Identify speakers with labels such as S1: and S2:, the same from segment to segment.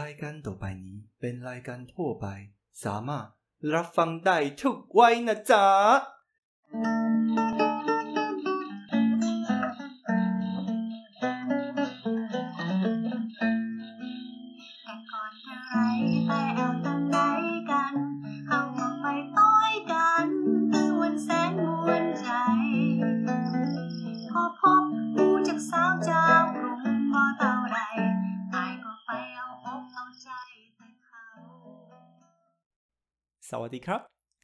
S1: รายการต่อไปนี้เป็นรายการทั่วไป สามารถรับฟังได้ทุกวัยนะจ๊ะ
S2: แต่ก่อนจะไรไปแอลตังไหนกัน เอาหมอกไปต้อยกันคือวันแสนมวนใจ พอพบผู้จากสาวเจ้ากรุงพอเท่าไรตายก็ไปเอาอกเอาใจแต่เขา
S3: 萨瓦迪卡，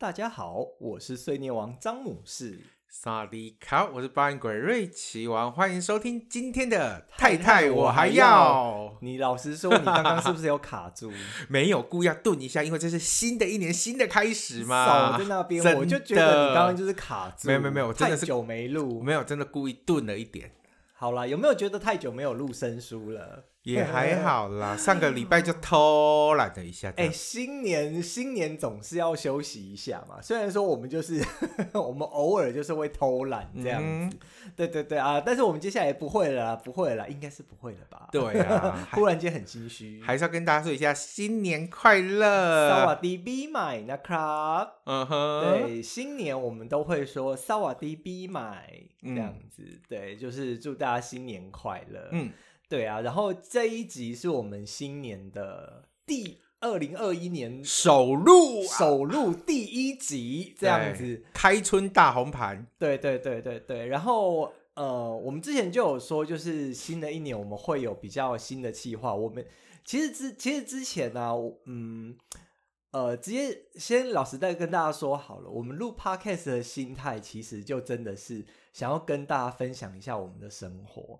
S3: 大家好，我是碎念王张姆士。
S4: 萨迪卡，我是表演鬼瑞奇王，欢迎收听今天的太太我还要。
S3: 你老实说，你刚刚是不是有卡 住？
S4: 没有故意要顿一下，因为这是新的一年新的开始嘛。
S3: 少在那边
S4: 真，的
S3: 我就觉得你刚刚就是卡住。
S4: 没有没有没有我真的是
S3: 太久没录。
S4: 没有真的故意顿了一点，
S3: 好啦，有没有觉得太久没有录生疏了？
S4: 也还好啦。上个礼拜就偷懒了一下，
S3: 哎、
S4: 哎，
S3: 新年新年总是要休息一下嘛。虽然说我们就是 我们偶尔就是会偷懒这样
S4: 嗯
S3: 子，对对对啊，但是我们接下来不会了啦，不会了啦，应该是不会了吧？，
S4: 对啊
S3: 忽然间很心虚。
S4: 还是要跟大家说一下新年快
S3: 萨瓦
S4: 乐。
S3: 迪比买那 club。
S4: 嗯哼，
S3: 啊对，新年我们都会说“萨瓦迪比买”这
S4: 嗯
S3: 样子，对，就是祝大家新年快乐。
S4: 嗯，
S3: 对啊，然后这一集是我们新年的第二零二一年
S4: 首录啊
S3: 首录第一集，这样子
S4: 对。开春大红盘，
S3: 对对对对对，然后呃，我们之前就有说，就是新的一年我们会有比较新的计划。我们其实之其实之前呢、我嗯呃，直接先老实再跟大家说好了，我们录 podcast 的心态其实就真的是想要跟大家分享一下我们的生活。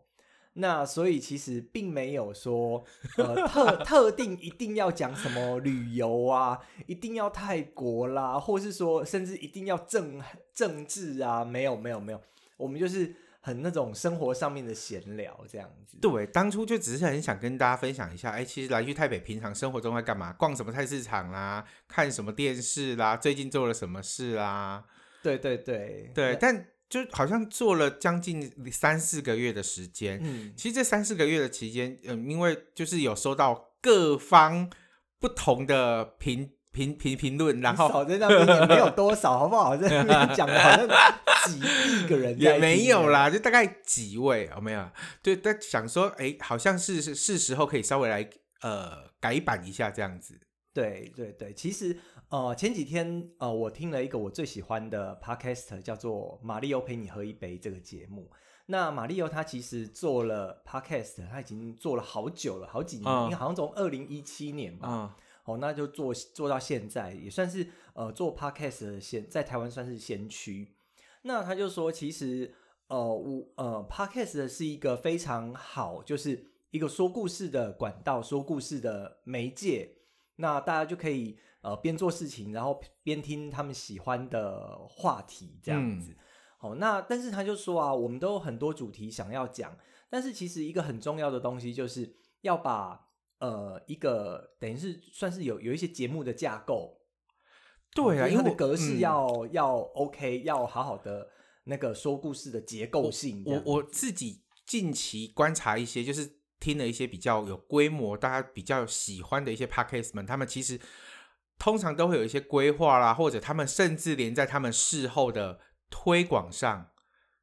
S3: 那所以其实并没有说， 呃，特特定一定要讲什么旅游啊，一定要泰国啦，或是说甚至一定要政政治啊，没有没有没有，我们就是很那种生活上面的闲聊这样子。
S4: 对，当初就只是很想跟大家分享一下，哎，其实来去台北平常生活中在干嘛，逛什么菜市场啦，看什么电视啦，最近做了什么事啦，
S3: 对对对
S4: 对，
S3: 那
S4: 但就好像做了将近三四个月的时间。
S3: 嗯，
S4: 其实这三四个月的期间，嗯，因为就是有收到各方不同的评评评评论，然
S3: 你少
S4: 后
S3: 在那边也没有多少，好不好？在那边讲的好像几亿个人在
S4: 也没
S3: 听
S4: 有
S3: 耶。
S4: 啦，就大概几位哦，没有，对，但想说，哎，好像是是是时候可以稍微来呃改版一下这样子。
S3: 对对对，其实呃前几天呃我听了一个我最喜欢的 podcast，叫做《马里欧陪你喝一杯》这个节目。那马里欧他其实做了 podcast，他已经做了好久了，好几年，
S4: 嗯
S3: 因为好像从二零一七年吧，
S4: 嗯，
S3: 哦，那就做做到现在，也算是呃做 podcast 的先在台湾算是先驱。那他就说，其实呃我呃 podcast 是一个非常好，就是一个说故事的管道，说故事的媒介。那大家就可以呃边做事情，然后边听他们喜欢的话题这样
S4: 嗯哦
S3: 子。好、那但是他就说啊，我们都有很多主题想要讲，但是其实一个很重要的东西就是要把呃一个等于是算是有有一些节目的架构，
S4: 对啊，
S3: 就是
S4: 因
S3: 它
S4: 为
S3: 的
S4: 我
S3: 格式
S4: 嗯
S3: 要、要 OK，要好好的那个说故事的结构性这
S4: 我
S3: 样。
S4: 我自己近期观察一些，就是听了一些比较有规模、大家比较喜欢的一些 podcast 们，他们其实通常都会有一些规划啦，或者他们甚至连在他们事后的推广上，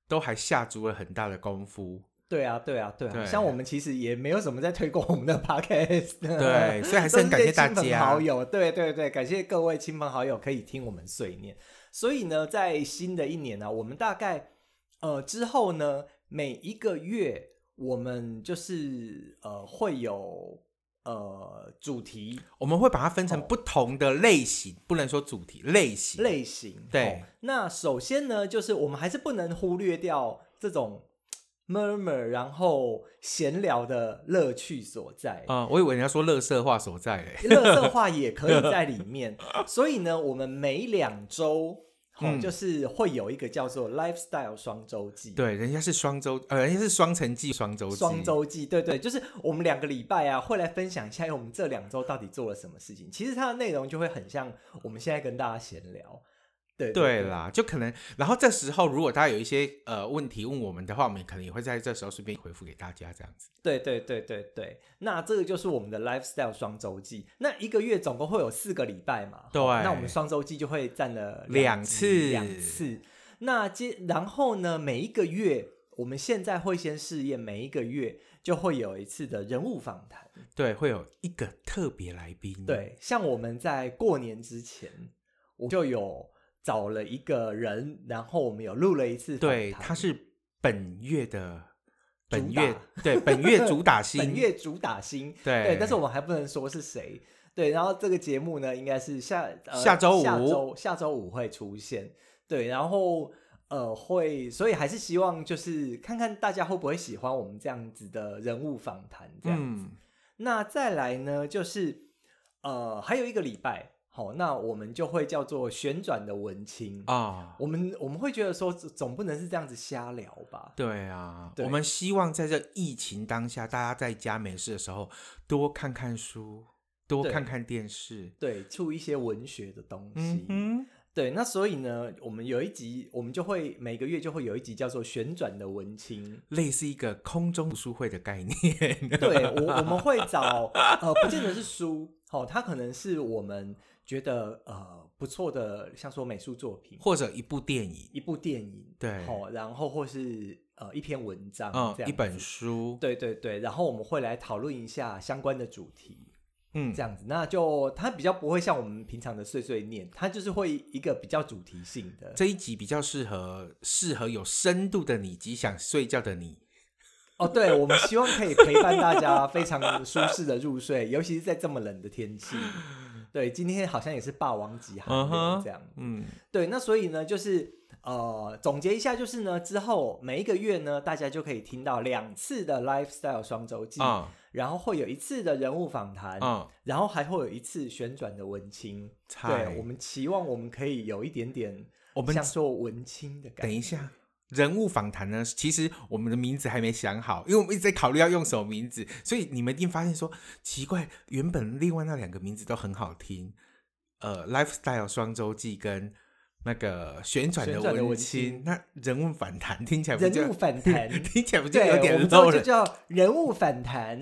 S4: 都还下足了很大的功夫。
S3: 对啊对啊对啊
S4: 对
S3: 像我们其实也没有什么在推广我们的 podcast，
S4: 对， 所以还是很感谢大
S3: 都是对亲朋好
S4: 家。
S3: 友，对对对，感谢各位亲朋好友可以听我们碎念。所以呢，在新的一年呢、我们大概呃之后呢，每一个月我们就是呃会有呃主题
S4: 我们会把它分成不同的类型，不能说主题类型。
S3: 哦类型。
S4: 对
S3: 哦那首先呢，就是我们还是不能忽略掉这种 murmur，然后闲聊的乐趣所在。
S4: 啊、我以为你要说乐色化所在嘞。
S3: 乐色化也可以在里 面。所以呢，我们每两周。哦，
S4: 嗯
S3: 就是会有一个叫做 lifestyle 双周记，，
S4: 对，人家是双周，呃，人家是双城记双周记
S3: 双周记，对对，就是我们两个礼拜啊，会来分享一下，哎我们这两周到底做了什么事情。其实它的内容就会很像我们现在跟大家闲聊，对
S4: 对，啦，就可能，然后这时候如果大家有一些呃问题问我们的话，我们可能也会在这时候顺便回复给大家这样子。
S3: 对对对对对，那这个就是我们的 lifestyle 双周记。那一个月总共会有四个礼拜嘛？
S4: 对
S3: 那我们双周记就会占了集
S4: 两
S3: 两
S4: 次
S3: 次。那接然后呢，每一个月我们现在会先试验，每一个月就会有一次的人物访谈。
S4: 对，会有一个特别来宾。
S3: 对，像我们在过年之前，我就有找了一个人，然后我们有录了一次访
S4: 对，
S3: 谈
S4: 他是本月的本
S3: 主打
S4: 月对本月主打星，
S3: 本月主打星，
S4: 对
S3: 但是我们还不能说是谁。对，然后这个节目呢，应该是下、呃、
S4: 下周五
S3: 下周下周五会出现。对，然后呃会，所以还是希望就是看看大家会不会喜欢我们这样子的人物访谈这样子。
S4: 嗯，
S3: 那再来呢，就是呃还有一个礼拜，好，那我们就会叫做旋转的文青。
S4: 啊、
S3: 我们我们会觉得说，总不能是这样子瞎聊吧？
S4: 对啊，
S3: 对
S4: 我们希望在这疫情当下，大家在家没事的时候多看看书，多
S3: 对
S4: 看看电视。
S3: 对，出一些文学的东西
S4: 嗯。哼，
S3: 对，那所以呢，我们有一集，我们就会每个月就会有一集叫做“旋转的文青
S4: 类似一个空中读书会的概念。”。
S3: 对我，我们会找呃，不见得是书，哦，它可能是我们觉得呃不错的，像说美术作品、
S4: 或者一部电影，
S3: 一部电影，
S4: 对
S3: 好、然后或是呃一篇文章，
S4: 嗯
S3: 这，样
S4: 一本
S3: 子。
S4: 书，
S3: 对对对，然后我们会来讨论一下相关的主题，
S4: 嗯
S3: 这，样子，那就它比较不会像我们平常的碎碎念，它就是会一个比较主题性的。
S4: 这一集比较适合适合有深度的你及想睡觉的你。
S3: 哦，对，我们希望可以陪伴大家非常舒适的入睡，尤其是在这么冷的天气。对，今天好像也是霸王级寒
S4: 嗯
S3: 流
S4: 哼
S3: 这样。
S4: 嗯，
S3: 对，那所以呢，就是呃，总结一下，就是呢，之后每一个月呢，大家就可以听到两次的 lifestyle 双周记，
S4: 啊
S3: 然后会有一次的人物访谈，
S4: 啊，
S3: 然后还会有一次旋转的文青。
S4: 菜
S3: 对，我们期望我们可以有一点点
S4: 我们
S3: 像做文青的感觉。
S4: 等一下，人物访谈呢，其实我们的名字还没想好，因为我们一直在考虑要用什么名字，所以你们一定发现说奇怪，原本另外那两个名字都很好听，呃，lifestyle 双周记跟。那个旋转的
S3: 旋转的
S4: 文
S3: 文
S4: 青
S3: 青，
S4: 那人物反弹听起来不就
S3: 人物反 弹，
S4: 听起来不就
S3: 对，
S4: 有
S3: 我
S4: 点
S3: 们之后
S4: low
S3: 就
S4: 了？
S3: 叫人物 反弹，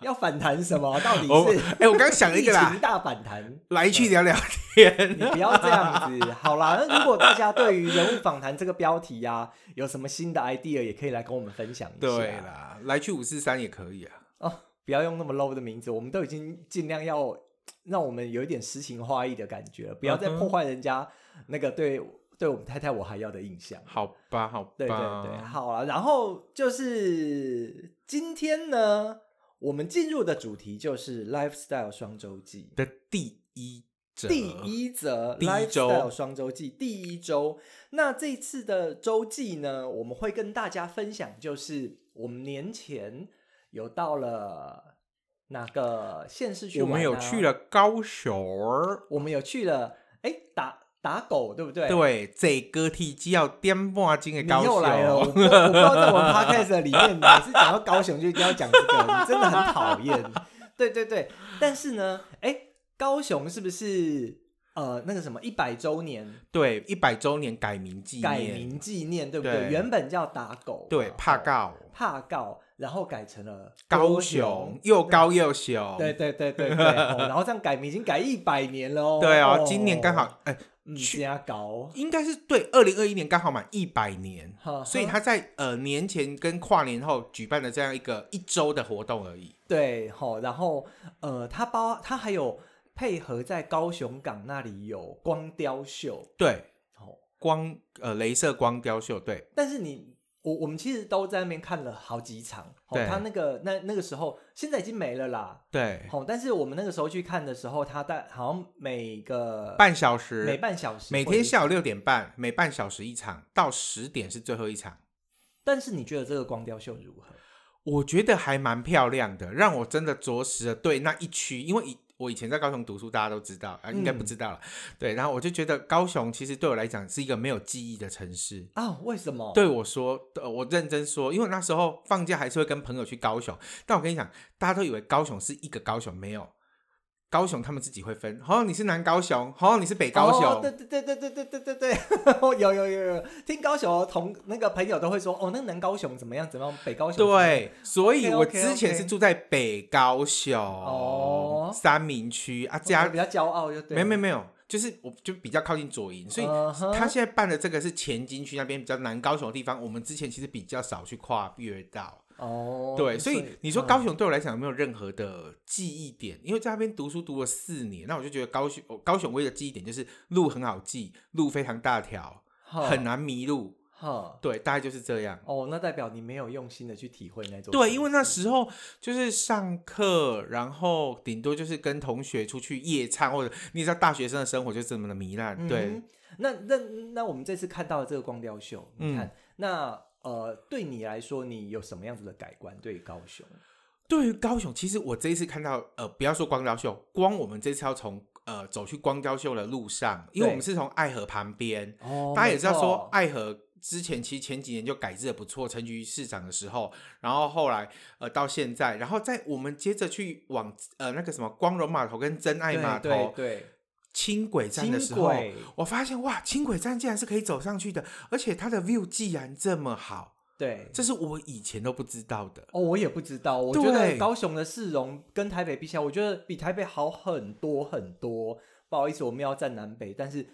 S3: 要反弹什么？到底
S4: 哦
S3: 是？
S4: 哎、我刚想了一个
S3: 疫情
S4: 啦，
S3: 大反弹。
S4: 来去聊聊天。
S3: 你不要这样子，好啦。那如果大家对于人物访谈这个标题呀、有什么新的 idea，也可以来跟我们分享一下。
S4: 对
S3: 啊
S4: 啦，来去五四三也可以啊。
S3: 哦，不要用那么 low 的名字，我们都已经尽量要让我们有一点诗情画意的感觉了，不要再
S4: 嗯哼
S3: 破坏人家那个对对我们太太我还要的印象。
S4: 好吧，好吧，
S3: 对对对，好了，然后就是今天呢，我们进入的主题就是 lifestyle 双周记
S4: 的第一者，
S3: 第一则
S4: 第一
S3: lifestyle
S4: 周
S3: 双周记第一周。那这次的周记呢，我们会跟大家分享，就是我们年前有到了哪个县市去
S4: 我
S3: 玩、啊，
S4: 们有去，了高雄儿，
S3: 我们有去了，哎，打打狗对不对？。
S4: 对，这个体机要颠簸金的
S3: 你
S4: 高雄，
S3: 又来了，我不我不知道在我们 podcast 里面，每次讲到高雄就一定要讲这个，你真的很讨厌。对对对，但是呢，哎，高雄是不是呃那个什么一百周年
S4: 对，一百周年改名纪念，
S3: 改名纪念，对不对？
S4: 对
S3: 原本叫打狗嘛，
S4: 对，怕告哦
S3: 怕告，然后改成了
S4: 高
S3: 雄
S4: 雄，又高又雄，
S3: 对对对对对，哦然后这样改名已经改一百年了哦。
S4: 对哦，今年刚好，哎，
S3: 嗯
S4: 去
S3: 加高，
S4: 应该是对，二零二一年刚好满一百年
S3: 呵呵，
S4: 所以他在呃年前跟跨年后举办的这样一个一周的活动而已。
S3: 对，好，然后呃，它包它还有配合在高雄港那里有光雕秀，
S4: 对，
S3: 哦，
S4: 光呃，镭射光雕秀，对，
S3: 但是你。我我们其实都在那边看了好几场，哦，
S4: 对
S3: 他那个那那个时候现在已经没了啦，
S4: 对，
S3: 哦，但是我们那个时候去看的时候，他在好像每个
S4: 半小时，
S3: 每半小时，
S4: 每天。下午六点半，每半小时一场，到十点是最后一场。
S3: 但是你觉得这个光雕秀如何？
S4: 我觉得还蛮漂亮的，让我真的着实的对那一区，因为以我以前在高雄读书，大家都知道啊，应
S3: 嗯
S4: 该不知道了。对，然后我就觉得高雄其实对我来讲是一个没有记忆的城市。
S3: 啊、为什么？
S4: 对我说，呃，我认真说，因为那时候放假还是会跟朋友去高雄，但我跟你讲，大家都以为高雄是一个高雄，没有。高雄他们自己会分，好、像你是南高雄，好、像你是北高雄，
S3: 哦对对对对对对对对 对，有有有有，听高雄同那个朋友都会说，哦，那南高雄怎么样怎么样，北高雄怎么样
S4: 对，所以我
S3: OK，OK，OK
S4: 之前是住在北高雄
S3: 哦
S4: 三明区啊，
S3: 我
S4: 家
S3: 比较骄傲就
S4: 没
S3: 对了，
S4: 有没有没有，就是我就比较靠近左营，所以
S3: 嗯哼
S4: 他现在办的这个是前进区那边比较南高雄的地方，我们之前其实比较少去跨越到。
S3: 哦，
S4: 对，所以你说高
S3: 嗯
S4: 雄对我来讲有没有任何的记忆点？因为在那边读书读了四年，那我就觉得高雄哦高雄唯一的记忆点就是路很好记，路非常大条，很难迷路。
S3: 哈哈
S4: 对，大概就是这样。
S3: 哦，那代表你没有用心的去体会那种
S4: 对，因为那时候就是上课，然后顶多就是跟同学出去夜唱，或者你知道大学生的生活就这么的糜烂。对
S3: 嗯，哼，那那那我们这次看到的这个光雕秀，你
S4: 嗯
S3: 看、那呃，对你来说，你有什么样子的改观？对于高雄，
S4: 对于高雄，其实我这一次看到，呃，不要说光雕秀，光我们这次要从呃走去光雕秀的路上，因为我们
S3: 对
S4: 是从爱河旁边，
S3: 哦
S4: 大家也知道说，，啊爱河之前其实前几年就改制的不错，陈局市长的时候，然后后来呃到现在，然后在我们接着去往呃那个什么光荣码头跟真爱
S3: 对
S4: 码头
S3: 对对，
S4: 轻轨站的时
S3: 轻
S4: 候
S3: 轨，
S4: 我发现哇，轻轨站竟然是可以走上去的，而且它的 view 既然这么好，
S3: 对，
S4: 这是我以前都不知道的。
S3: 哦，我也不知道，我觉得
S4: 对
S3: 高雄的市容跟台北比起来，我觉得比台北好很多很多。不好意思，我们要站南北，但是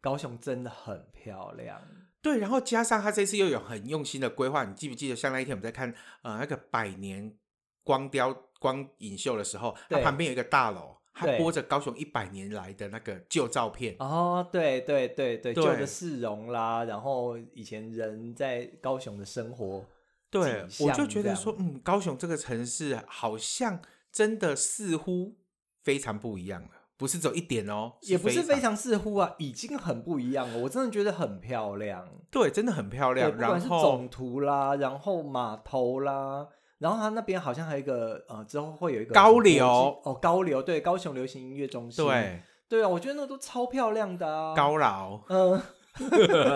S3: 高雄真的很漂亮。
S4: 对，然后加上他这次又有很用心的规划，你记不记得？像那一天我们在看呃那个百年光雕光影秀的时候，它
S3: 对
S4: 旁边有一个大楼，它
S3: 对
S4: 播着高雄一百年来的那个旧照片。
S3: 哦，对对对对，旧的
S4: 对
S3: 市容啦，然后以前人在高雄的生活，
S4: 对，
S3: 景
S4: 我
S3: 象
S4: 就觉
S3: 这
S4: 得
S3: 样
S4: 说，嗯，高雄这个城市好像真的似乎非常不一样了，不是只有一点哦，
S3: 也不是
S4: 非
S3: 非常似乎啊，已经很不一样了。我真的觉得很漂亮，
S4: 对，真的很漂
S3: 对，
S4: 亮。
S3: 不管
S4: 然
S3: 是
S4: 后
S3: 总图啦，然后码头啦，然后它那边好像还有一个呃，之后会有一个
S4: 高
S3: 什么国际
S4: 流
S3: 哦，高流对，高雄流行音乐中心，
S4: 对
S3: 对啊，我觉得那都超漂亮的啊，
S4: 高老，
S3: 嗯，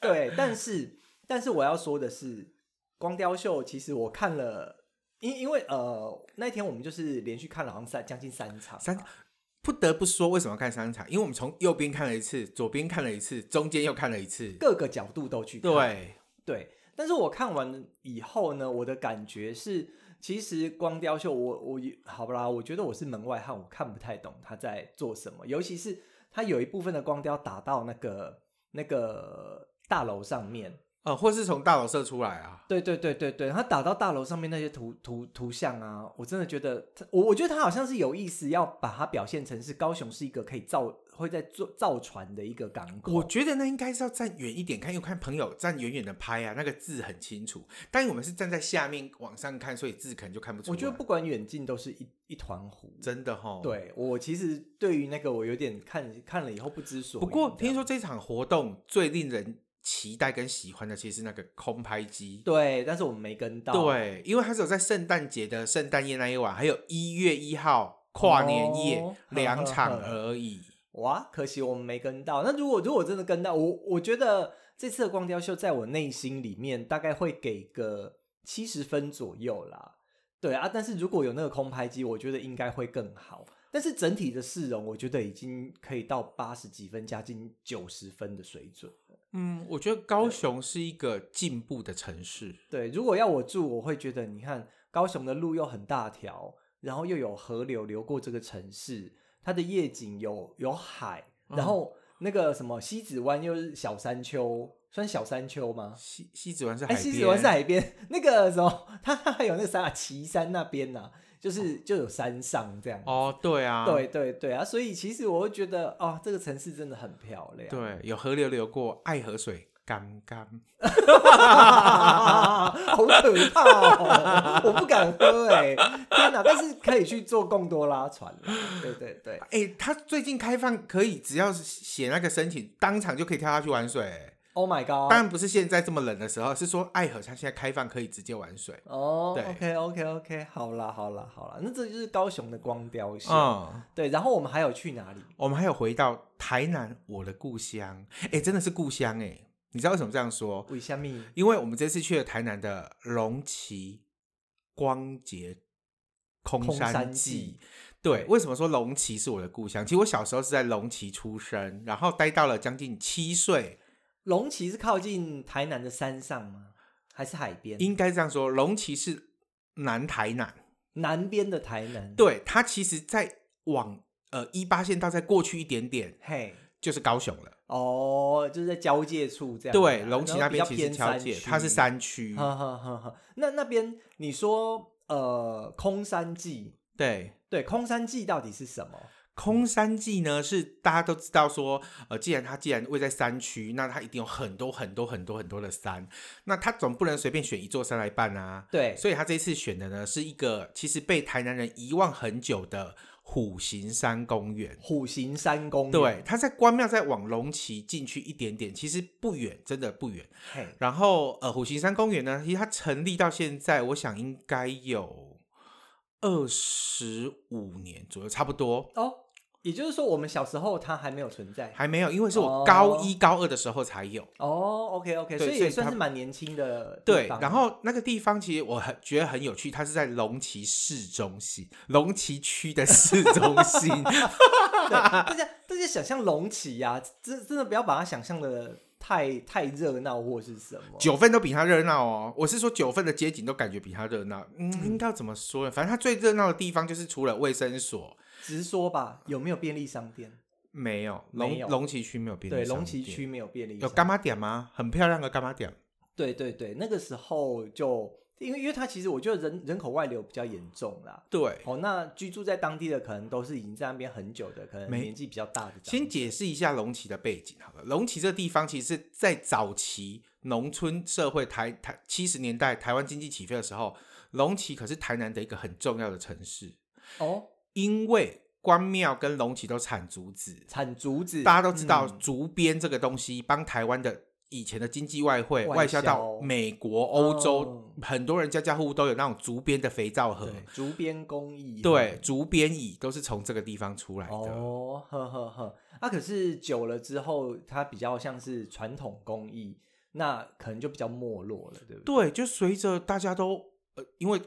S3: 对，但是但是我要说的是，光雕秀其实我看了，因因为呃那天我们就是连续看了好像三将近三场吧，
S4: 三不得不说为什么要看商场，因为我们从右边看了一次，左边看了一次，中间又看了一次。
S3: 各个角度都去看，
S4: 对，
S3: 对，但是我看完以后呢，我的感觉是，其实光雕秀我，我好不啦，我觉得我是门外汉，我看不太懂他在做什么，尤其是他有一部分的光雕打到那个那个大楼上面，
S4: 呃，或是从大楼射出来啊。
S3: 对对对对对，他打到大楼上面那些图图图像啊，我真的觉得他，我我觉得他好像是有意思要把它表现成是高雄是一个可以造会在做造船的一个港口，
S4: 我觉得那应该是要站远一点看，因为我看朋友站远远的拍啊，那个字很清楚。但我们是站在下面往上看，所以字可能就看不出来。
S3: 我觉得不管远近都是一一团糊，
S4: 真的哈。。
S3: 对我其实对于那个我有点看看了以后不知所以。
S4: 不过
S3: 这样
S4: 听说这场活动最令人期待跟喜欢的，其实是那个空拍机。
S3: 对，但是我们没跟到。
S4: 对，因为它是有在圣诞节的圣诞夜那一晚，还有一月一号跨年
S3: 哦
S4: 夜两场
S3: 呵呵呵
S4: 而已。
S3: 哇，可惜我们没跟到。那如果如果真的跟到，我我觉得这次的光雕秀在我内心里面大概会给个七十分左右啦。对啊，但是如果有那个空拍机，我觉得应该会更好。但是整体的市容，我觉得已经可以到八十几分，加近九十分的水准。
S4: 嗯，我觉得高雄是一个进步的城市。
S3: 对，如果要我住，我会觉得，你看高雄的路又很大条，然后又有河流流过这个城市，它的夜景有有海，然
S4: 嗯
S3: 后那个什么西子湾又是小山丘，算小山丘吗？
S4: 西西子湾是海
S3: 哎，
S4: 边，
S3: 西子湾是海边，那个什么，它它还有那个啥旗山那边呐、就是就有山上这样。
S4: 哦，对啊，
S3: 对对对啊，所以其实我会觉得，哦，这个城市真的很漂亮。
S4: 对，有河流流过，爱河水干干。
S3: 好可怕哦！我不敢喝哎、天哪！但是可以去坐贡多拉船啦对对对，
S4: 哎，他最近开放可以，只要写那个申请，当场就可以跳下去玩水。
S3: Oh my
S4: 当
S3: god！
S4: 然不是现在这么冷的时候，是说爱河它现在开放可以直接玩水。
S3: 哦、
S4: 对
S3: o k OK OK，好啦好啦好啦，那这就是高雄的光雕秀。
S4: 嗯，
S3: 对，然后我们还有去哪里？
S4: 我们还有回到台南，我的故乡。哎，真的是故乡哎，你知道为什么这样说？
S3: 为什么？
S4: 因为我们这次去了台南的龙崎光节空
S3: 空山
S4: 山
S3: 祭
S4: 祭，对，为什么说龙崎是我的故乡？其实我小时候是在龙崎出生，然后待到了将近七岁，
S3: 龙崎是靠近台南的山上吗？还是海边？
S4: 应该这样说，龙崎是南台南。
S3: 南边的台南。，
S4: 对，它其实再往呃一八线到再过去一点点，
S3: 嘿，
S4: 就是高雄了。
S3: 哦，就是在交界处这样子啊。
S4: 对，龙崎那边其实交
S3: 交
S4: 界，它是。山区。嗯
S3: 呵呵呵呵，那那边你说呃，空山记，
S4: 对，
S3: 对，空山记到底是什么？
S4: 空山记呢是大家都知道说，呃，既然它既然位在山区，那它一定有很多很多很多很多的山，那它总不能随便选一座山来办啊。
S3: 对，
S4: 所以他这次选的呢是一个其实被台南人遗忘很久的虎形山公园。
S3: 虎形山公园
S4: 对，，它在关庙再往龙崎进去一点点，其实不远，真的不远。
S3: 嘿，
S4: 然后呃，虎形山公园呢，其实它成立到现在，我想应该有二十五年左右，差不多。
S3: 哦，也就是说我们小时候它还没有存在。
S4: 还没有，因为是
S3: 哦
S4: 我高一、高二的时候才有。
S3: 哦，OK OK，
S4: 对
S3: 所以
S4: 所
S3: 也
S4: 以
S3: 算
S4: 它
S3: 是蛮年轻的地
S4: 对
S3: 方，
S4: 然后那个地方其实我很觉得很有趣，它是在龙崎市中心，龙崎区的市中 心。
S3: 对大家大家想象龙崎呀、真真的不要把它想象的太太热闹或是什么。
S4: 九份都比它热闹哦。我是说九份的街景都感觉比它热闹。嗯，应该要怎么说呢？反正它最热闹的地方就是除了卫生所，
S3: 直说吧，有没有便利商店？
S4: 没有
S3: 没
S4: 龙
S3: 有
S4: 龙崎区没有便利
S3: 对，
S4: 商
S3: 龙崎
S4: 店
S3: 区没有便利
S4: 有
S3: 商
S4: 干
S3: 店。
S4: 妈点吗？很漂亮的干妈点。
S3: 对对对，那个时候就因为因为它其实我觉得人人口外流比较严重啦。
S4: 对，
S3: 哦，那居住在当地的可能都是已经在那边很久的，可能
S4: 没
S3: 年纪比较大的长辈。
S4: 先解释一下龙崎的背景好了。龙崎这地方其实是在早期农村社会台台七十年代台湾经济起飞的时候，龙崎可是台南的一个很重要的城市，
S3: 哦，
S4: 因为关庙跟龙崎都产竹子，
S3: 产竹子，
S4: 大家都知道
S3: 嗯
S4: 竹编这个东西帮台湾的以前的经济外汇
S3: 外
S4: 外销
S3: 销
S4: 到美国、欧洲
S3: 哦，
S4: 很多人家家户户都有那种竹编的肥皂盒，
S3: 对竹编工艺，
S4: 对，竹编椅都是从这个地方出来的。
S3: 嗯哦，呵呵呵，那、可是久了之后，它比较像是传统工艺，那可能就比较没落了，对不对？
S4: 对，就随着大家都呃，因为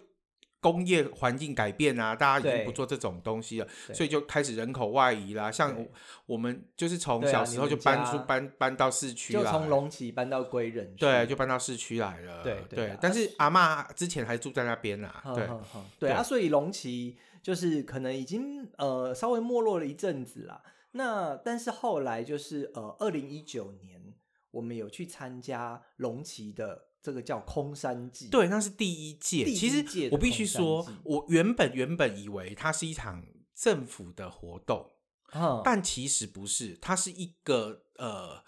S4: 工业环境改变啊，大家已
S3: 对
S4: 经不做这种东西了，
S3: 对
S4: 所以就开始人口外移啦。像
S3: 对
S4: 我我们就是从
S3: 对啊
S4: 小时候就搬出
S3: 你们家
S4: 搬搬到市区
S3: 就
S4: 啦，
S3: 从龙崎搬到归仁去，
S4: 对，就搬到市区来了。
S3: 对对啊
S4: 但是阿嬷之前还住在那边啦。
S3: 呵
S4: 对，
S3: 呵呵对
S4: 对
S3: 啊，所以龙崎就是可能已经呃稍微没落了一阵子啦。那但是后来就是呃，二零一九年我们有去参加龙崎的这个叫空山祭，
S4: 对，那是第一届。
S3: 第一
S4: 其
S3: 届
S4: 实
S3: 的
S4: 我必须说
S3: 红山祭，
S4: 我原本原本以为它是一场政府的活动，
S3: 嗯，
S4: 但其实不是，它是一个呃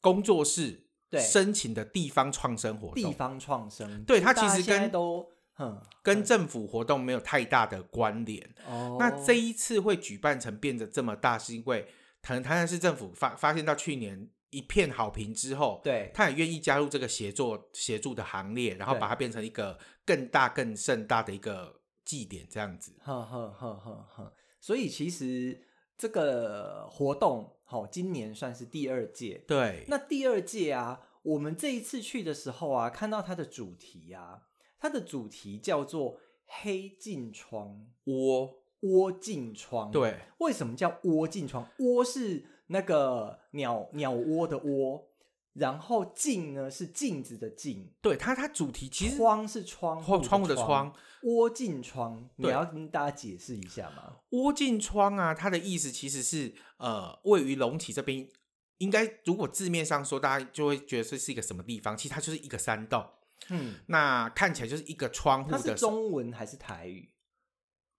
S4: 工作室
S3: 对
S4: 申请的地方创生活
S3: 地
S4: 动，
S3: 方创生，
S4: 对
S3: 就
S4: 它
S3: 大
S4: 其
S3: 家
S4: 实
S3: 现在
S4: 跟
S3: 都嗯
S4: 跟政府活动没有太大的关联。
S3: 哦，
S4: 那这一次会举办成变得这么大，是因为可能台南市政府发发现到去年一片好评之后，
S3: 对
S4: 他也愿意加入这个协作协助的行列，然后
S3: 对
S4: 把它变成一个更大、更盛大的一个祭典这样子。
S3: 呵呵呵呵呵，所以其实这个活动，好、今年算是第二届。
S4: 对，
S3: 那第二届啊，我们这一次去的时候啊，看到它的主题啊，它的主题叫做“黑镜窗
S4: 窝”“
S3: 窝镜窗”。，
S4: 对
S3: 为什么叫“窝镜窗”？“窝”是那个鸟鸟窝的“窝”，然后“镜”呢是镜子的“镜
S4: 对，它它主题”，其实
S3: 窗是窗
S4: 窗
S3: 户的
S4: 窗户的
S3: 窗
S4: 窗，
S3: 窝镜窗，你
S4: 对
S3: 要跟大家解释一下吗？
S4: 窝进窗啊，它的意思其实是呃，位于龙崎这边。应该，如果字面上说，大家就会觉得这是一个什么地方，其实它就是一个山洞。
S3: 嗯，
S4: 那看起来就是一个窗户
S3: 它
S4: 的
S3: 是中文还是台语？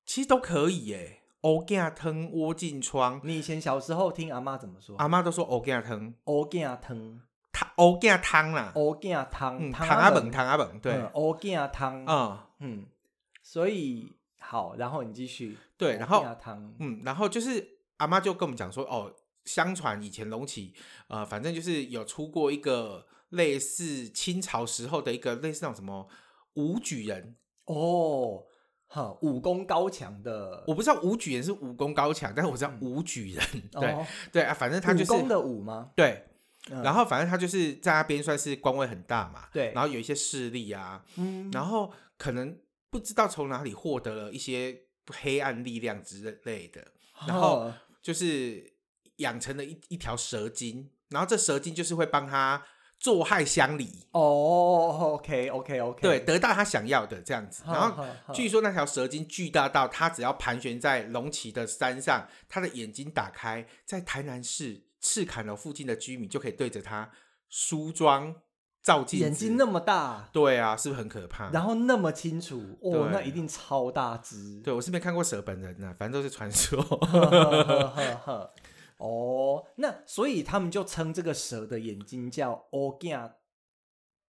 S4: 其实都可以耶。欧盖汤窝进窗，
S3: 你以前小时候听阿妈怎么说？
S4: 阿妈都说欧盖汤，
S3: 欧囝汤，
S4: 汤欧盖汤啦，
S3: 欧囝汤，
S4: 嗯，汤阿本
S3: 汤，
S4: 汤阿本，对
S3: 嗯，欧囝汤，
S4: 嗯
S3: 嗯，所以好，然后你继续，
S4: 对然后
S3: 欧囝汤，
S4: 嗯，然后就是阿妈就跟我们讲说，哦，相传以前龙起，呃，反正就是有出过一个类似清朝时候的一个类似那种什么武举人，
S3: 哦，哈，武功高强的，
S4: 我不知道武举人是武功高强，但是我知道
S3: 嗯
S4: 武举人，对
S3: 哦，
S4: 对啊，反正他就
S3: 武功
S4: 是
S3: 的武吗？
S4: 对，
S3: 嗯
S4: 然，后反正他就是在那边算是官位很大嘛，
S3: 对
S4: 然后有一些势力啊，
S3: 嗯
S4: 然后可能不知道从哪里获得了一些黑暗力量之类的，然后就是养成了一一条蛇精，然后这蛇精就是会帮他做害乡里，
S3: 哦，OK OK OK，
S4: 对，得到他想要的这样子。
S3: 好，
S4: 然后
S3: 好
S4: 据说那条蛇精巨大到，它只要盘旋在龙崎的山上，它的眼睛打开，在台南市赤坎楼附近的居民就可以对着它梳妆照镜子。
S3: 眼睛那么大，
S4: 对啊，是不是很可怕？
S3: 然后那么清楚，哦
S4: 对，
S3: 那一定超大只。
S4: 对我是没看过蛇本人呢、反正都是传说。
S3: 呵呵呵呵哦，那所以他们就称这个蛇的眼睛叫 o g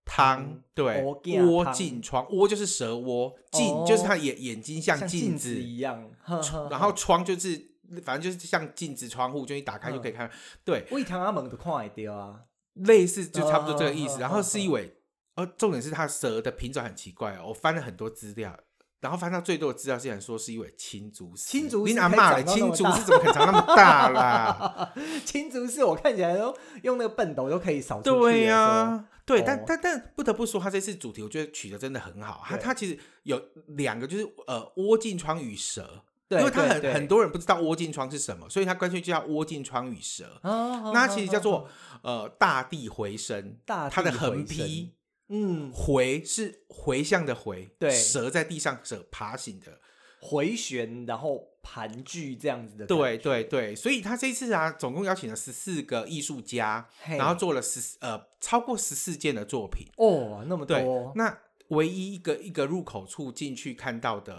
S4: 汤对
S3: 窝镜
S4: 窝
S3: 汤哦
S4: 镜窗窝就是蛇窝，镜就是它眼眼睛像
S3: 像
S4: 镜
S3: 镜
S4: 子
S3: 子一样。呵呵
S4: 然后窗就是反正就是像镜子窗户，就一打开
S3: 嗯
S4: 就可以看。对，
S3: 我一堂阿猛都看会到啊，
S4: 类似就差不多这个意思。
S3: 哦
S4: 然后是一尾，呃，重点是它蛇的品种很奇怪哦，我翻了很多资料。然后翻到最多的资料，竟然说是一尾青竹丝。
S3: 青竹丝
S4: 你阿骂
S3: 可
S4: 了，
S3: 以长到
S4: 青竹
S3: 那
S4: 丝
S3: 么大
S4: 怎么可能长那么大啦？
S3: 青竹是我看起来都用那个笨斗都可以扫出去的
S4: 对呀、
S3: 说
S4: 对，但
S3: 哦
S4: 但但不得不说，他这次主题我觉得取得真的很好。他
S3: 对
S4: 他其实有两个，就是呃，窝镜窗与蛇，
S3: 对
S4: 因为他
S3: 对
S4: 很
S3: 对
S4: 很多人不知道窝镜窗是什么，所以他干脆就叫窝镜窗与蛇。
S3: 啊，好
S4: 那
S3: 好
S4: 其实叫
S3: 好
S4: 做呃大地回声，
S3: 大
S4: 它的
S3: 地
S4: 横
S3: 回
S4: 批
S3: 嗯
S4: 回是回向的回，
S3: 对
S4: 蛇在地上蛇爬行的，
S3: 回旋，然后盘踞这样子的感
S4: 对
S3: 觉，
S4: 对对，所以他这次啊，总共邀请了十四个艺术家，
S3: 嘿
S4: 然后做了十呃超过十四件的作品。
S3: 哦那么
S4: 对
S3: 多，
S4: 那唯一一个一个入口处进去看到的，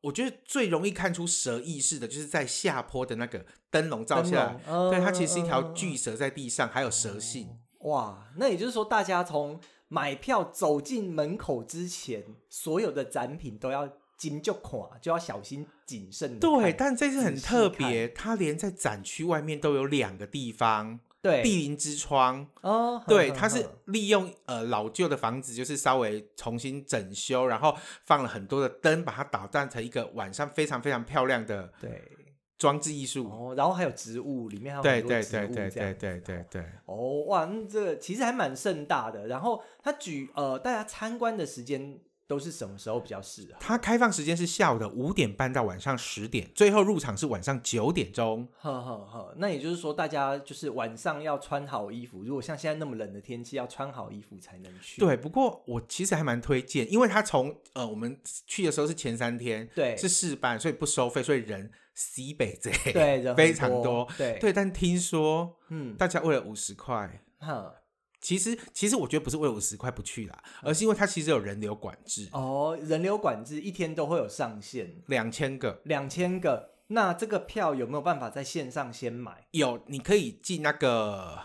S4: 我觉得最容易看出蛇意识的，就是在下坡的那个灯笼照
S3: 灯
S4: 下来，
S3: 笼
S4: 对，它
S3: 嗯
S4: 其实是一条
S3: 嗯嗯
S4: 巨蛇在地上，还有蛇信。
S3: 哇，那也就是说，大家从买票走进门口之前，所有的展品都要紧就垮，就要小心谨慎地嗯看。
S4: 对，但这次很
S3: 仔细
S4: 特别，它连在展区外面都有两个地方，
S3: 对
S4: 地灵之窗。
S3: 哦，
S4: 对，
S3: 哼
S4: 它是
S3: 哼
S4: 利用呃老旧的房子，就是稍微重新整修，然后放了很多的灯，把它打造成一个晚上非常非常漂亮的
S3: 对
S4: 装置艺术。
S3: 哦，然后还有植物，里面还有
S4: 对
S3: 很多
S4: 对
S3: 植
S4: 对
S3: 物这
S4: 对
S3: 样
S4: 对
S3: 子
S4: 对对对，
S3: 哦，哇，那这个其实还蛮盛大的。然后它举呃，大家参观的时间都是什么时候比较适合？啊
S4: 它开放时间是下午的五点半到晚上十点，最后入场是晚上九点钟。
S3: 呵呵呵，那也就是说，大家就是晚上要穿好衣服。如果像现在那么冷的天气，要穿好衣服才能去。
S4: 对，不过我其实还蛮推荐，因为它从呃我们去的时候是前三天，
S3: 对
S4: 是试办，所以不收费，所以人西北贼，
S3: 对， 人很
S4: 非常
S3: 多
S4: 多。，
S3: 对
S4: 对，但听说
S3: 嗯，
S4: 大家为了五十块，
S3: 哼，
S4: 其实其实我觉得不是为了五十块不去啦，而是因为它其实有人流管制，
S3: 哦，人流管制一天都会有上限，
S4: 两千个
S3: 两千个。那这个票有没有办法在线上先买？
S4: 有，你可以进那个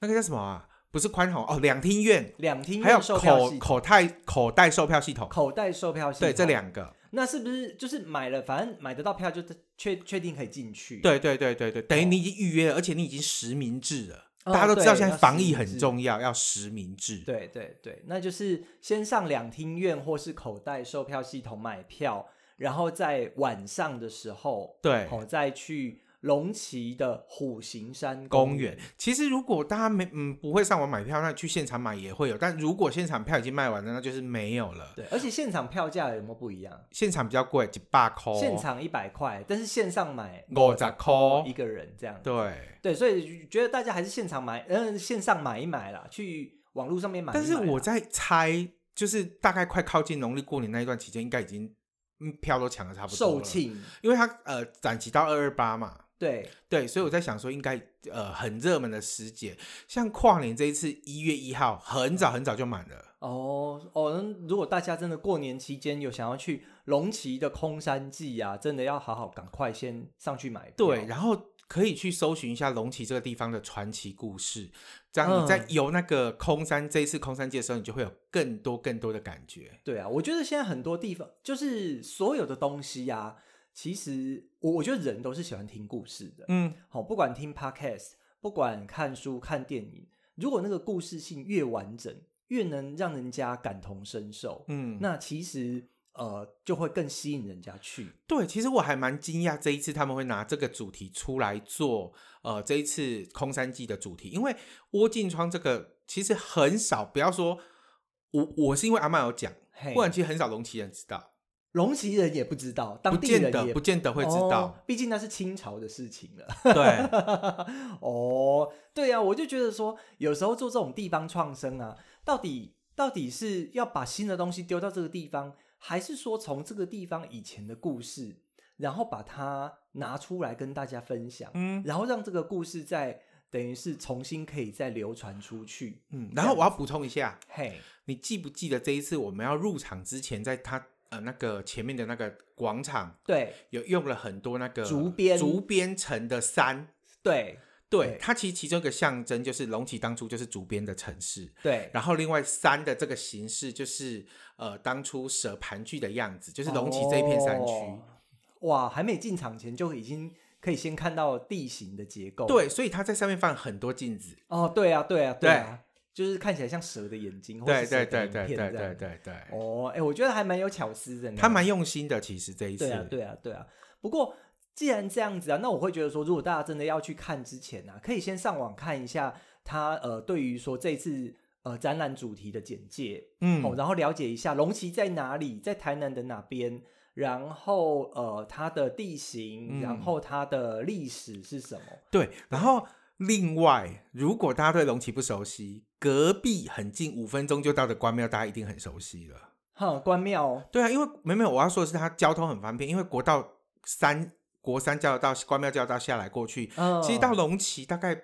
S4: 那个叫什么啊？不是宽宏哦，两厅院，
S3: 两厅
S4: 还有
S3: 院售票
S4: 口
S3: 系
S4: 口袋口袋售票系统，
S3: 口袋售票系统，
S4: 对这，两个，
S3: 那是不是就是买了，反正买得到票就确确定可以进去？，
S4: 对对对对对，等于你已经预约了，而且你已经实名制了。
S3: 哦
S4: 大家都知道
S3: 对
S4: 现在
S3: 要
S4: 防疫
S3: 实名
S4: 很
S3: 制
S4: 重要，要实名制。
S3: 对对对，那就是先上两厅院或是口袋售票系统买票，然后在晚上的时候，
S4: 对
S3: 好、再去龙崎的虎形山
S4: 公
S3: 园
S4: 园。其实如果大家没嗯不会上网买票，那去现场买也会有。但如果现场票已经卖完了，那就是没有了。
S3: 对，而且现场票价有没有不一样？
S4: 现场比较贵，几百块，
S3: 现场一百块，但是线上买
S4: 五十
S3: 一
S4: 块。
S3: 个人这样。
S4: 对，
S3: 对，所以觉得大家还是现场买，嗯、线上买一买啦，去网络上面买一买
S4: 但
S3: 啦。
S4: 是我在猜，就是大概快靠近农历过年那一段期间，应该已经嗯票都抢的差不多
S3: 售
S4: 了，
S3: 罄，
S4: 因为它呃展期到二二八嘛，
S3: 对，
S4: 对，所以我在想说，应该呃很热门的时节，像跨年这一次一月一号，很早很早就满了。
S3: 哦哦，那如果大家真的过年期间有想要去龙崎的空山祭啊，真的要好好赶快先上去买票。
S4: 对，然后可以去搜寻一下龙崎这个地方的传奇故事，这样你在
S3: 嗯
S4: 游那个空山、这一次空山界的时候，你就会有更多更多的感觉。
S3: 对啊，我觉得现在很多地方就是所有的东西啊，其实我我觉得人都是喜欢听故事的，
S4: 嗯，
S3: 好、不管听 podcast，不管看书、看电影，如果那个故事性越完整，越能让人家感同身受，
S4: 嗯
S3: 那其实呃就会更吸引人家去。
S4: 对，其实我还蛮惊讶这一次他们会拿这个主题出来做，呃，这一次空山记的主题，因为窝进窗这个其实很少，不要说我我是因为阿曼有讲，
S3: 嘿
S4: 不然其实很少龙崎人知道。
S3: 龙旗人也不知道，当
S4: 不
S3: 地
S4: 见
S3: 人
S4: 得
S3: 也
S4: 不见得会知
S3: 哦
S4: 道，
S3: 毕竟那是清朝的事情了。
S4: 对，
S3: 哦，对啊，我就觉得说，有时候做这种地方创生啊，到底到底是要把新的东西丢到这个地方，还是说从这个地方以前的故事，然后把它拿出来跟大家分享，
S4: 嗯
S3: 然后让这个故事再等于是重新可以再流传出去。
S4: 嗯。然后我要补充一下，
S3: 嘿，
S4: 你记不记得这一次我们要入场之前，在他呃那个前面的那个广场
S3: 对
S4: 有用了很多那个
S3: 竹编
S4: 竹编成的山。
S3: 对对
S4: 对，它其实其中一个象征就是龙崎当初就是竹编的城市，
S3: 对，
S4: 然后另外山的这个形式就是呃当初舍盘踞的样子，就是龙崎这一片山区。
S3: 哦哇，还没进场前就已经可以先看到地形的结构。
S4: 对，所以它在上面放很多镜子。
S3: 哦，对啊，对啊，对啊，就是看起来像蛇的眼哦睛，或
S4: 对
S3: 是蛇
S4: 对
S3: 的
S4: 对
S3: 鳞片
S4: 对
S3: 这
S4: 对
S3: 样
S4: 对。对对，
S3: 哦，哎、我觉得还蛮有巧思的呢。
S4: 他蛮用心的，其实这一次。
S3: 对啊，对啊，对啊。不过既然这样子啊，那我会觉得说，如果大家真的要去看之前啊，可以先上网看一下他呃，对于说这次呃展览主题的简介，
S4: 嗯
S3: 哦，然后了解一下龙旗在哪里，在台南的哪边。然后呃，它的地
S4: 嗯
S3: 形，然后它的历史是什么？
S4: 对，然后另外，如果大家对龙崎不熟悉，隔壁很近，五分钟就到的关庙，大家一定很熟悉了。
S3: 哼，关庙
S4: 对啊，因为没有没有，我要说的是它交通很方便，因为国道三国三交流道、关庙交流道下来过去，
S3: 嗯
S4: 其实到龙崎大概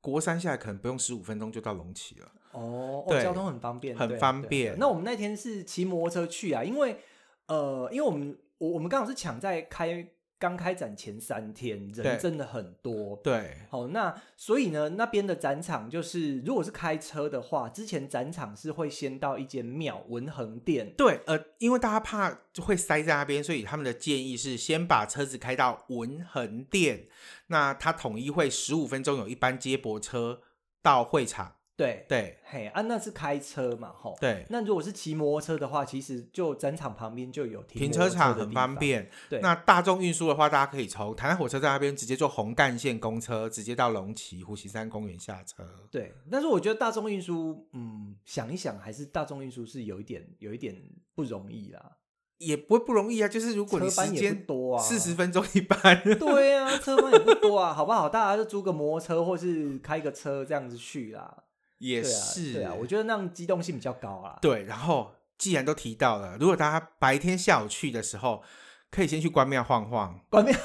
S4: 国三下来可能不用十五分钟就到龙崎了。
S3: 哦，哦
S4: 对
S3: 交通很方便，
S4: 很
S3: 对啊
S4: 方
S3: 对啊
S4: 便
S3: 对啊那我们那天是骑摩托车去啊，因为呃，因为我们我我们刚好是抢在开刚开展前三天，人
S4: 对
S3: 真的很多。
S4: 对，
S3: 好，那所以呢，那边的展场就是，如果是开车的话，之前展场是会先到一间庙文衡殿。
S4: 对，呃，因为大家怕就会塞在那边，所以他们的建议是先把车子开到文衡店，那它统一会十五分钟有一班接驳车到会场。
S3: 对，
S4: 对
S3: 嘿啊，那是开车嘛，吼。
S4: 对，
S3: 那如果是骑摩托车的话，其实就展场旁边就有停
S4: 停
S3: 摩托
S4: 车场
S3: 的
S4: 很
S3: 地
S4: 方
S3: 方。
S4: 便。
S3: 对，
S4: 那大众运输的话，大家可以从台南火车站那边直接坐红干线公车，直接到龙崎湖心山公园下车。
S3: 对，但是我觉得大众运输，嗯，想一想，还是大众运输是有一点有一点不容易啦。
S4: 也不会不容易啊，就是如果你
S3: 车班
S4: 时
S3: 也
S4: 间
S3: 不多啊
S4: 四十分钟一班。
S3: 对啊，车班也不多啊，好不好？大家就租个摩托车或是开个车这样子去啦。
S4: 也
S3: 对啊，
S4: 是
S3: 对啊，我觉得那样机动性比较高啦。
S4: 对，然后既然都提到了，如果大家白天下午去的时候，可以先去关庙晃晃。
S3: 关面，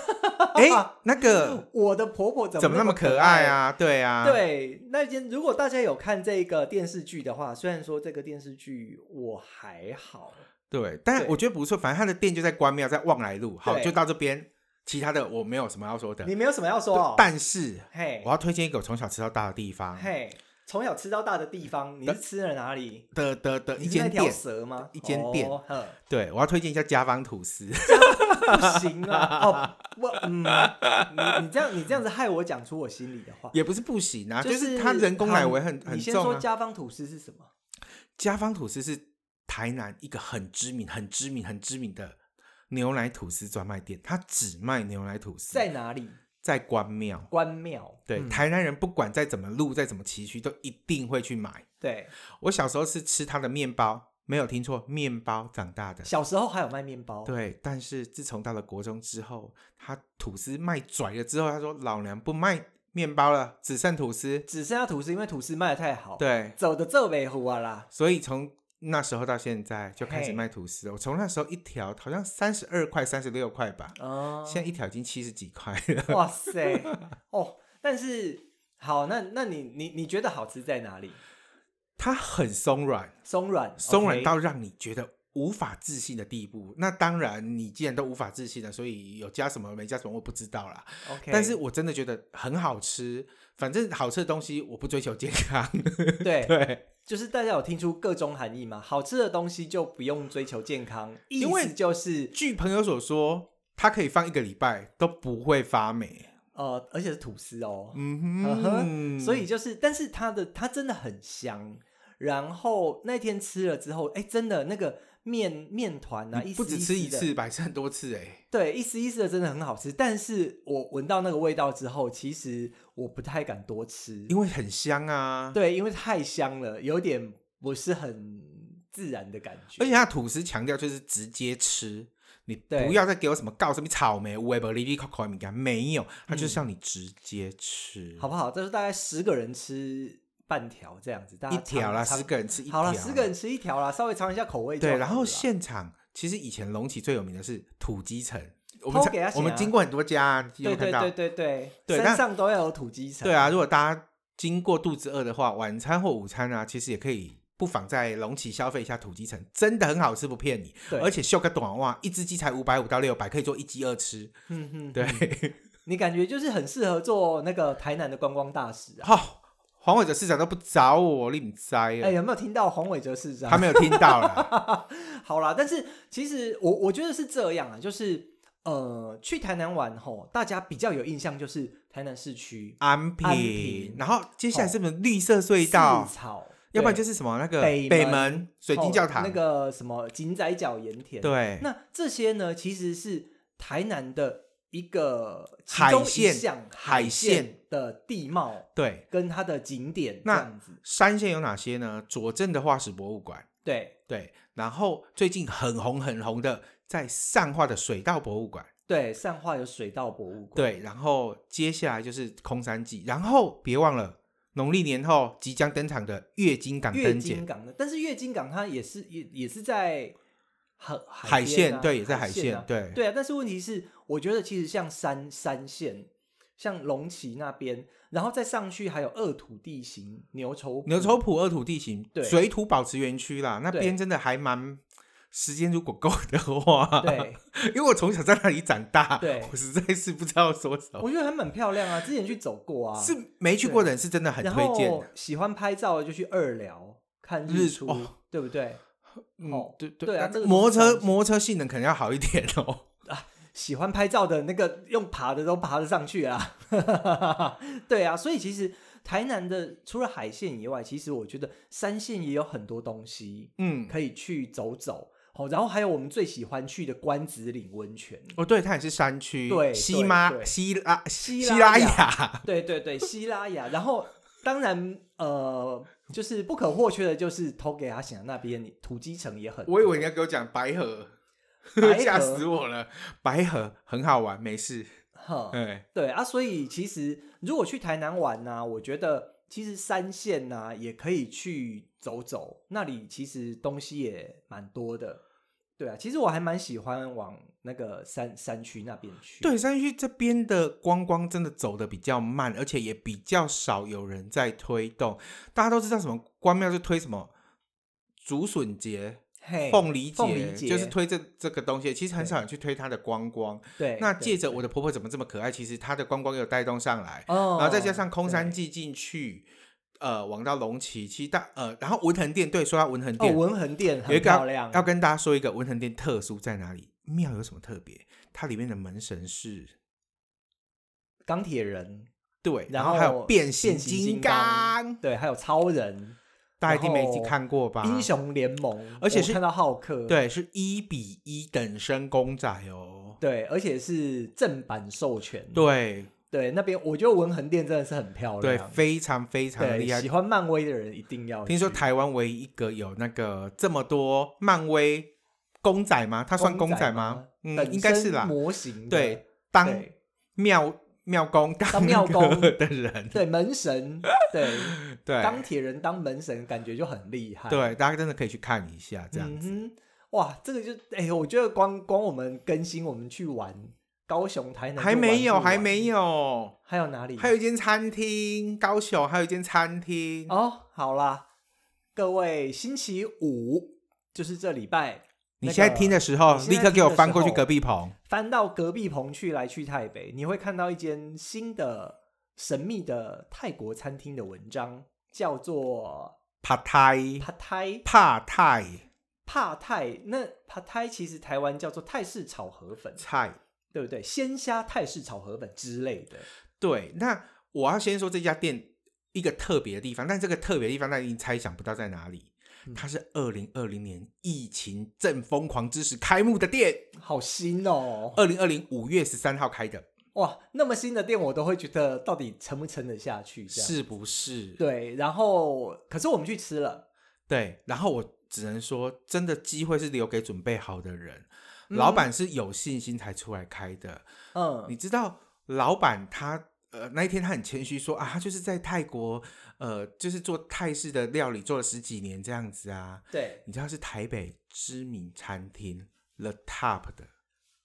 S4: 哎，那个
S3: 我的婆婆啊怎
S4: 怎么
S3: 么那
S4: 那么可爱？啊？对啊，，
S3: 对，那间如果大家有看这个电视剧的话，虽然说这个电视剧我还好，
S4: 对，但
S3: 对
S4: 我觉得不错，反正他的店就在关庙，在望来路。好，
S3: 对
S4: 就到这边，其他的我没有什么要说的
S3: 你。没有什么要说、哦，
S4: 但是
S3: 嘿
S4: 我，要推荐一个我从小吃到大的地方，
S3: 嘿，从小吃到大的地方，你是吃了哪里？
S4: 的的的
S3: 你
S4: 一
S3: 是那
S4: 间
S3: 条
S4: 店。
S3: 蛇吗？
S4: 一间店
S3: 哦呵
S4: 对，我要推荐一下家方吐司。
S3: 不行啊！哦，我嗯，你你这样你这样子害我讲出我心里的话，
S4: 也不是不行 啊，就是它人工奶味很
S3: 好你
S4: 很
S3: 先
S4: 重
S3: 说
S4: 啊。
S3: 家方吐司是什么？
S4: 家方吐司是台南一个很知名、很知名、很知名的牛奶吐司专卖店，它只卖牛奶吐司，
S3: 在哪里？
S4: 在关庙。
S3: 关庙。
S4: 对，
S3: 嗯
S4: 台南人不管再怎么路，再怎么崎岖，都一定会去买。
S3: 对，
S4: 我小时候是吃它的面包，没有听错，面包长大的。
S3: 小时候还有卖面包。
S4: 对，但是自从到了国中之后，他吐司卖拽了之后，他说：“老娘不卖面包了，只剩吐司。
S3: 只剩下吐司，因为吐司卖的太好”，，
S4: 对，
S3: 走的这尾湖啊啦。
S4: 所以从那时候到现在就开始
S3: 嘿
S4: 卖吐司了。我从那时候一条好像三十二块、三十六块吧，
S3: 哦，
S4: 现在一条已经七十几块了。
S3: 哇塞，哦，但是好，那那你你你觉得好吃在哪里？
S4: 它很松软，
S3: 松软，
S4: 松软
S3: OK
S4: 到让你觉得无法置信的地步。那当然，你既然都无法置信了，所以有加什么没加什么我不知道啦。
S3: OK，
S4: 但是我真的觉得很好吃，反正好吃的东西我不追求健康。
S3: 对
S4: 对，
S3: 就是大家有听出各种含义吗？好吃的东西就不用追求健康，意
S4: 因为
S3: 思就是
S4: 据朋友所说，它可以放一个礼拜都不会发霉。
S3: 呃，而且是吐司哦，
S4: 嗯
S3: 呵
S4: 哼，
S3: 呵所以就是，但是它的它真的很香。然后那天吃了之后，哎，真的那个面面团啊，
S4: 你
S3: 一
S4: 不
S3: 丝
S4: 止吃
S3: 一
S4: 一
S3: 丝的
S4: 次，吧，吃很多次哎、欸。
S3: 对，一丝一丝的真的很好吃。但是我闻到那个味道之后，其实我不太敢多吃，
S4: 因为很香啊。
S3: 对，因为太香了，有点不是很自然的感觉。
S4: 而且它吐司强调就是直接吃，你
S3: 对
S4: 不要再给我什么告什么草莓、w e b l i l y coco 米干，没有，它就是让你直接吃，
S3: 嗯好不
S4: 好？
S3: 好？这是大概十个人吃半条这样子，大家
S4: 一条啦，
S3: 尝
S4: 十个人吃一条，
S3: 好了，十个人吃一条啦，稍微尝一下口味就
S4: 对，
S3: 好了啦。
S4: 然后现场其实以前龙崎最有名的是土鸡城，我们
S3: 偷
S4: 常
S3: 给他
S4: 我
S3: 写
S4: 们
S3: 啊
S4: 经过很多家啊，你有没
S3: 对
S4: 有看
S3: 对
S4: 到？
S3: 对对对，
S4: 对但
S3: 山上都要有土鸡城。
S4: 对啊，如果大家经过肚子饿的话，晚餐或午餐啊，其实也可以不妨在龙崎消费一下土鸡城，真的很好吃，不骗你。
S3: 对，
S4: 而且秀个短袜，一只鸡才五百五到六百，可以做一鸡二吃。
S3: 嗯哼，
S4: 对，
S3: 你感觉就是很适合做那个台南的观光大使啊。
S4: 好、黄伟哲市长都不找我，你唔知啊？
S3: 哎，有没有听到黄伟哲市长？
S4: 他没有听到啦。
S3: 好啦，但是其实我我觉得是这样啊，就是呃，去台南玩吼，大家比较有印象就是台南市区
S4: 安
S3: 安
S4: 平
S3: 平，
S4: 然后接下来
S3: 哦
S4: 是不是绿色隧道
S3: 四？草，
S4: 要不然
S3: 对
S4: 就是什么那个
S3: 北
S4: 北
S3: 门
S4: 门水
S3: 哦
S4: 晶教堂？
S3: 那个什么井仔角盐田。，
S4: 对，
S3: 那这些呢，其实是台南的一个其
S4: 海
S3: 中一
S4: 线
S3: 项
S4: 海
S3: 海
S4: 线
S3: 的地貌
S4: 对，
S3: 跟它的景点这
S4: 那
S3: 样子。
S4: 山线有哪些呢？左镇的化石博物馆，
S3: 对
S4: 对，然后最近很红很红的在上化的水道博物馆，
S3: 对，善化有水道博物馆。
S4: 对，然后接下来就是空山记，然后别忘了农历年后即将登场的月经港
S3: 月
S4: 灯节
S3: 经，港的，但是月经港它也是也也是在海
S4: 海
S3: 边
S4: 线
S3: 啊
S4: 对，也在
S3: 海
S4: 海
S3: 线
S4: 线
S3: 啊，
S4: 对
S3: 对啊。但是问题是，我觉得其实像山山线，像龙崎那边，然后再上去还有二土地形牛稠
S4: 牛稠埔二土地形，
S3: 对
S4: 水土保持园区啦，那
S3: 对
S4: 边真的还蛮。时间如果够的话，
S3: 对，
S4: 因为我从小在那里长大，
S3: 对
S4: 我实在是不知道说什么。
S3: 我觉得还蛮漂亮啊，之前去走过啊，
S4: 是没去过的人是真的很
S3: 然
S4: 推荐
S3: 后
S4: 的。
S3: 喜欢拍照的就去二寮看
S4: 日
S3: 出，
S4: 哦
S3: 对不对？
S4: 嗯
S3: 哦，
S4: 对
S3: 对啊
S4: 但
S3: 这个
S4: 摩托
S3: 都是
S4: 车
S3: 上去
S4: 摩托车性能可能要好一点哦。
S3: 喜欢拍照的那个用爬的都爬得上去啊， 对啊，所以其实台南的除了海线以外，其实我觉得山线也有很多东西
S4: 嗯，
S3: 可以去走走。好，然后还有我们最喜欢去的关子岭 温泉，
S4: 哦，对，它也是山区，
S3: 对
S4: 西
S3: 对
S4: 妈
S3: 对
S4: 西拉
S3: 西
S4: 西
S3: 拉
S4: 拉
S3: 雅
S4: 雅，
S3: 对对对，希拉雅。然后当然呃，就是不可或缺的就是投给阿显那边土鸡城也很 多，
S4: 我以为你要给我讲白河
S3: 白，河
S4: 吓死我了。白河很好玩，没事。
S3: 哼
S4: 哎，
S3: 对啊，所以其实如果去台南玩呢、我觉得其实三线呢、也可以去走走，那里其实东西也蛮多的。对啊，其实我还蛮喜欢往那个山山区那边去。
S4: 对，山区这边的观光真的走的比较慢，而且也比较少有人在推动。大家都知道什么关庙就推什么竹笋节、
S3: 嘿，
S4: 凤梨
S3: 凤梨
S4: 节，
S3: 节
S4: 就是推这这个东西。其实很
S3: 对
S4: 少人去推它的观光。
S3: 对，
S4: 那
S3: 对
S4: 借着我的婆婆怎么这么可爱，其实她的观光也有带动上来，
S3: 哦，
S4: 然后再加上空山
S3: 对
S4: 记进去，呃，往到龙崎，其实大呃，然后文衡殿，对，说到文衡
S3: 哦，
S4: 殿，
S3: 文衡殿
S4: 有一
S3: 很
S4: 个
S3: 漂
S4: 要
S3: 亮，啊
S4: 要跟大家说一个文衡殿特殊在哪里？庙有什么特别？它里面的门神是
S3: 钢铁人，
S4: 对，然
S3: 然后
S4: 还有变形
S3: 形
S4: 金
S3: 刚，对，还有超人、
S4: 大家一定没
S3: 然后
S4: 看过吧？
S3: 英雄联盟，
S4: 而且
S3: 我
S4: 是
S3: 看到浩克，
S4: 对，是一比一等身公仔哦。
S3: 对，而且是正版授权，
S4: 对
S3: 对，那边我觉得文衡殿真的是很漂
S4: 对，
S3: 亮，
S4: 非常非常厉害
S3: 喜。欢漫威的人一定要去
S4: 听说台湾唯一一个有那个这么多漫威公仔吗？它
S3: 它
S4: 算公仔吗？嗯，应该是啦。
S3: 模型的
S4: 对，当
S3: 对
S4: 庙庙公当
S3: 当庙
S4: 那
S3: 公
S4: 个的人，
S3: 对门神，对
S4: 对
S3: 钢铁人当门神，感觉就很厉害。
S4: 对，大家真的可以去看一下这样
S3: 嗯
S4: 子。
S3: 哼，哇，这个就哎、我觉得光光我们更新，我们去玩高雄、台南
S4: 还没有，还
S3: 有，
S4: 没有，
S3: 还有哪里？
S4: 还有一间餐厅，高雄还有一间餐厅，
S3: 哦，好啦，各位星期五就是这礼拜，
S4: 你
S3: 那
S4: 现在
S3: 个
S4: 听的时候，
S3: 你现
S4: 立
S3: 在
S4: 刻给
S3: 听
S4: 我
S3: 的
S4: 翻
S3: 时
S4: 过去
S3: 候
S4: 隔壁棚。
S3: 翻到隔壁棚去来去台北，你会看到一间新的神秘的泰国餐厅的文章，叫做
S4: 帕泰，
S3: 帕泰
S4: 帕泰
S3: 帕泰。那帕泰其实台湾叫做泰式炒河粉，
S4: 菜。
S3: 对不对？鲜虾泰式炒河粉之类的。
S4: 对，那我要先说这家店一个特别的地方，但这个特别的地方，大家已经猜想不到在哪里。
S3: 嗯
S4: 它是二零二零年疫情正疯狂之时开幕的店，
S3: 好新哦！
S4: 二零二零五月十三号开的，
S3: 哇，那么新的店我都会觉得到底撑不撑得下去？这样
S4: 是不是？
S3: 对，然后可是我们去吃了，
S4: 对然后我只能说，真的机会是留给准备好的人。
S3: 嗯
S4: 老板是有信心才出来开的。你
S3: 嗯
S4: 知道，老板他呃那一天他很谦虚说啊，他就是在泰国呃就是做泰式的料理做了十几年这样子啊。
S3: 对，
S4: 你知道是台北知名餐厅 The Top 的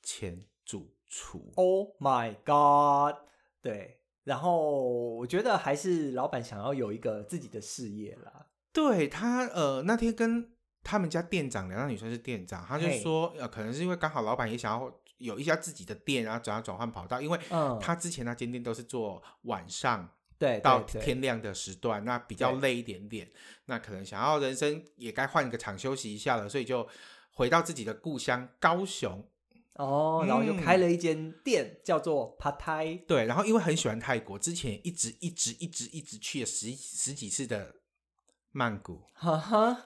S4: 前主厨
S3: Oh my god！对，然后我觉得还是老板想要有一个自己的事业啦。
S4: 对他，呃，那天跟他们家店长聊，那女生是店长，他就
S3: 嘿
S4: 说，呃，可能是因为刚好老板也想要有一家自己的店，然后转要转换跑道，因为
S3: 嗯，
S4: 他之前那间店都是做晚上
S3: 对
S4: 到
S3: 对对
S4: 天亮的时段，那比较
S3: 对
S4: 累一点点，那可能想要人生也该换个场休息一下了，所以就回到自己的故乡高雄。
S3: 哦，然后就
S4: 嗯
S3: 开了一间店，叫做 Pad Thai。
S4: 对，然后因为很喜欢泰国，之前一直一直一直一直去了十十几次的曼 谷。
S3: 哈哈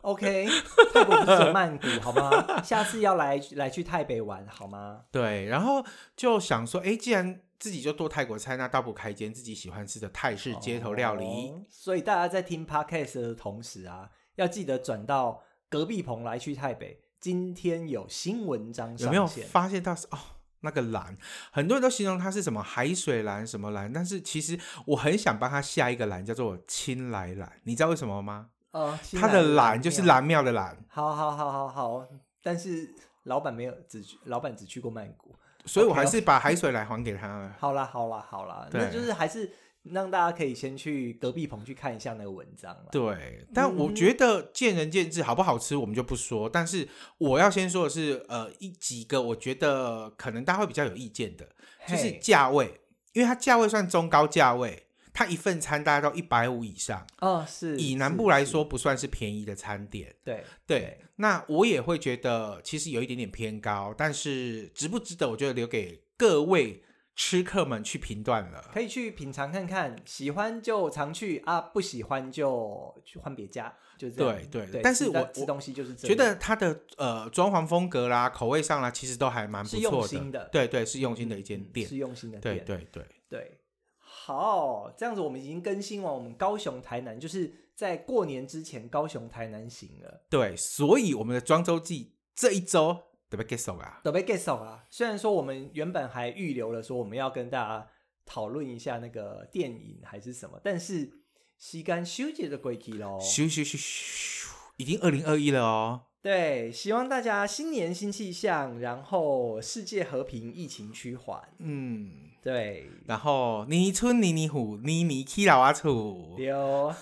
S3: ，OK，泰国不是有曼谷好吗？下次要来来去台北玩好吗？
S4: 对，然后就想说，哎，既然自己就做泰国菜，那倒不如开一间自己喜欢吃的泰式街头料理。
S3: 哦所以大家在听 podcast 的同时啊，要记得转到隔壁棚来去台北。今天有新文章
S4: 有
S3: 上
S4: 没有
S3: 线，
S4: 发现到是哦？那个蓝，很多人都形容它是什么海水蓝什么蓝，但是其实我很想帮它下一个蓝，叫做青来蓝。你知道为什么吗？
S3: 呃，
S4: 它的蓝
S3: 蓝
S4: 就是
S3: 蓝。
S4: 蓝庙的蓝，
S3: 好好好好好，但是老板没有只去，老板只去过曼谷。
S4: 所以我
S3: OK，
S4: 还是把海水蓝还给他了。
S3: 好啦好啦好啦，那
S4: 对
S3: 就是还是让大家可以先去隔壁棚去看一下那个文章啦。
S4: 对，但我
S3: 嗯
S4: 觉得见仁见智，好不好吃我们就不说。但是我要先说的是，呃，一几个我觉得可能大家会比较有意见的，就
S3: 嘿，
S4: 是价位，因为它价位算中高价位，它一份餐大概到一百五以上，
S3: 哦是
S4: 以南
S3: 是
S4: 部来
S3: 是
S4: 说不算是便宜的餐点。
S3: 对
S4: 对，那我也会觉得其实有一点点偏高，但是值不值得，我觉得留给各位吃客们去评断了。
S3: 可以去品尝看看，喜欢就常去啊，不喜欢就去换别家，就这样。
S4: 对对
S3: 对，
S4: 但是
S3: 吃到
S4: 我
S3: 吃
S4: 我
S3: 东西就是这
S4: 觉
S3: 样
S4: 得它的呃装潢风格啦、口味上啦，其实都还蛮不
S3: 是用
S4: 错
S3: 心的
S4: 对对，是用心的一间
S3: 嗯
S4: 店。
S3: 是用心的
S4: 对
S3: 店，
S4: 对对，
S3: 对，好，这样子我们已经更新完我们高雄、台南，就是在过年之前高雄、台南行了，
S4: 对，所以我们的庄周记这一周得不得 get 手啊？
S3: 都被 get 手啊。虽然说我们原本还预留了说我们要跟大家讨论一下那个电影还是什么，但是西干修杰的鬼气喽，
S4: 咻咻咻咻，已经二零二一了哦。
S3: 对，希望大家新年新气象，然后世界和平，疫情趋缓，
S4: 嗯，
S3: 对。
S4: 然后泥村泥泥虎泥泥去老阿楚，
S3: 对哦，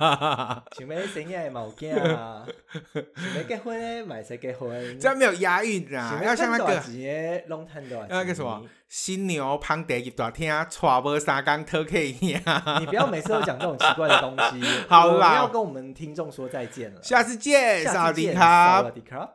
S3: 想要生囝的毛囝啊，想要结婚的买才结婚，
S4: 这样没有押韵啊，要像那个
S3: 个龙潭的
S4: 那个什么，新牛旁地一大厅，啊娶无三工偷客啊一 样。
S3: 你不要每次都讲这种奇怪的东西
S4: 。好啦
S3: 我们要跟我们听众说再见了，
S4: 下次见，
S3: 下
S4: 萨
S3: 次
S4: 迪
S3: 见，
S4: 卡
S3: 萨。瓦迪卡。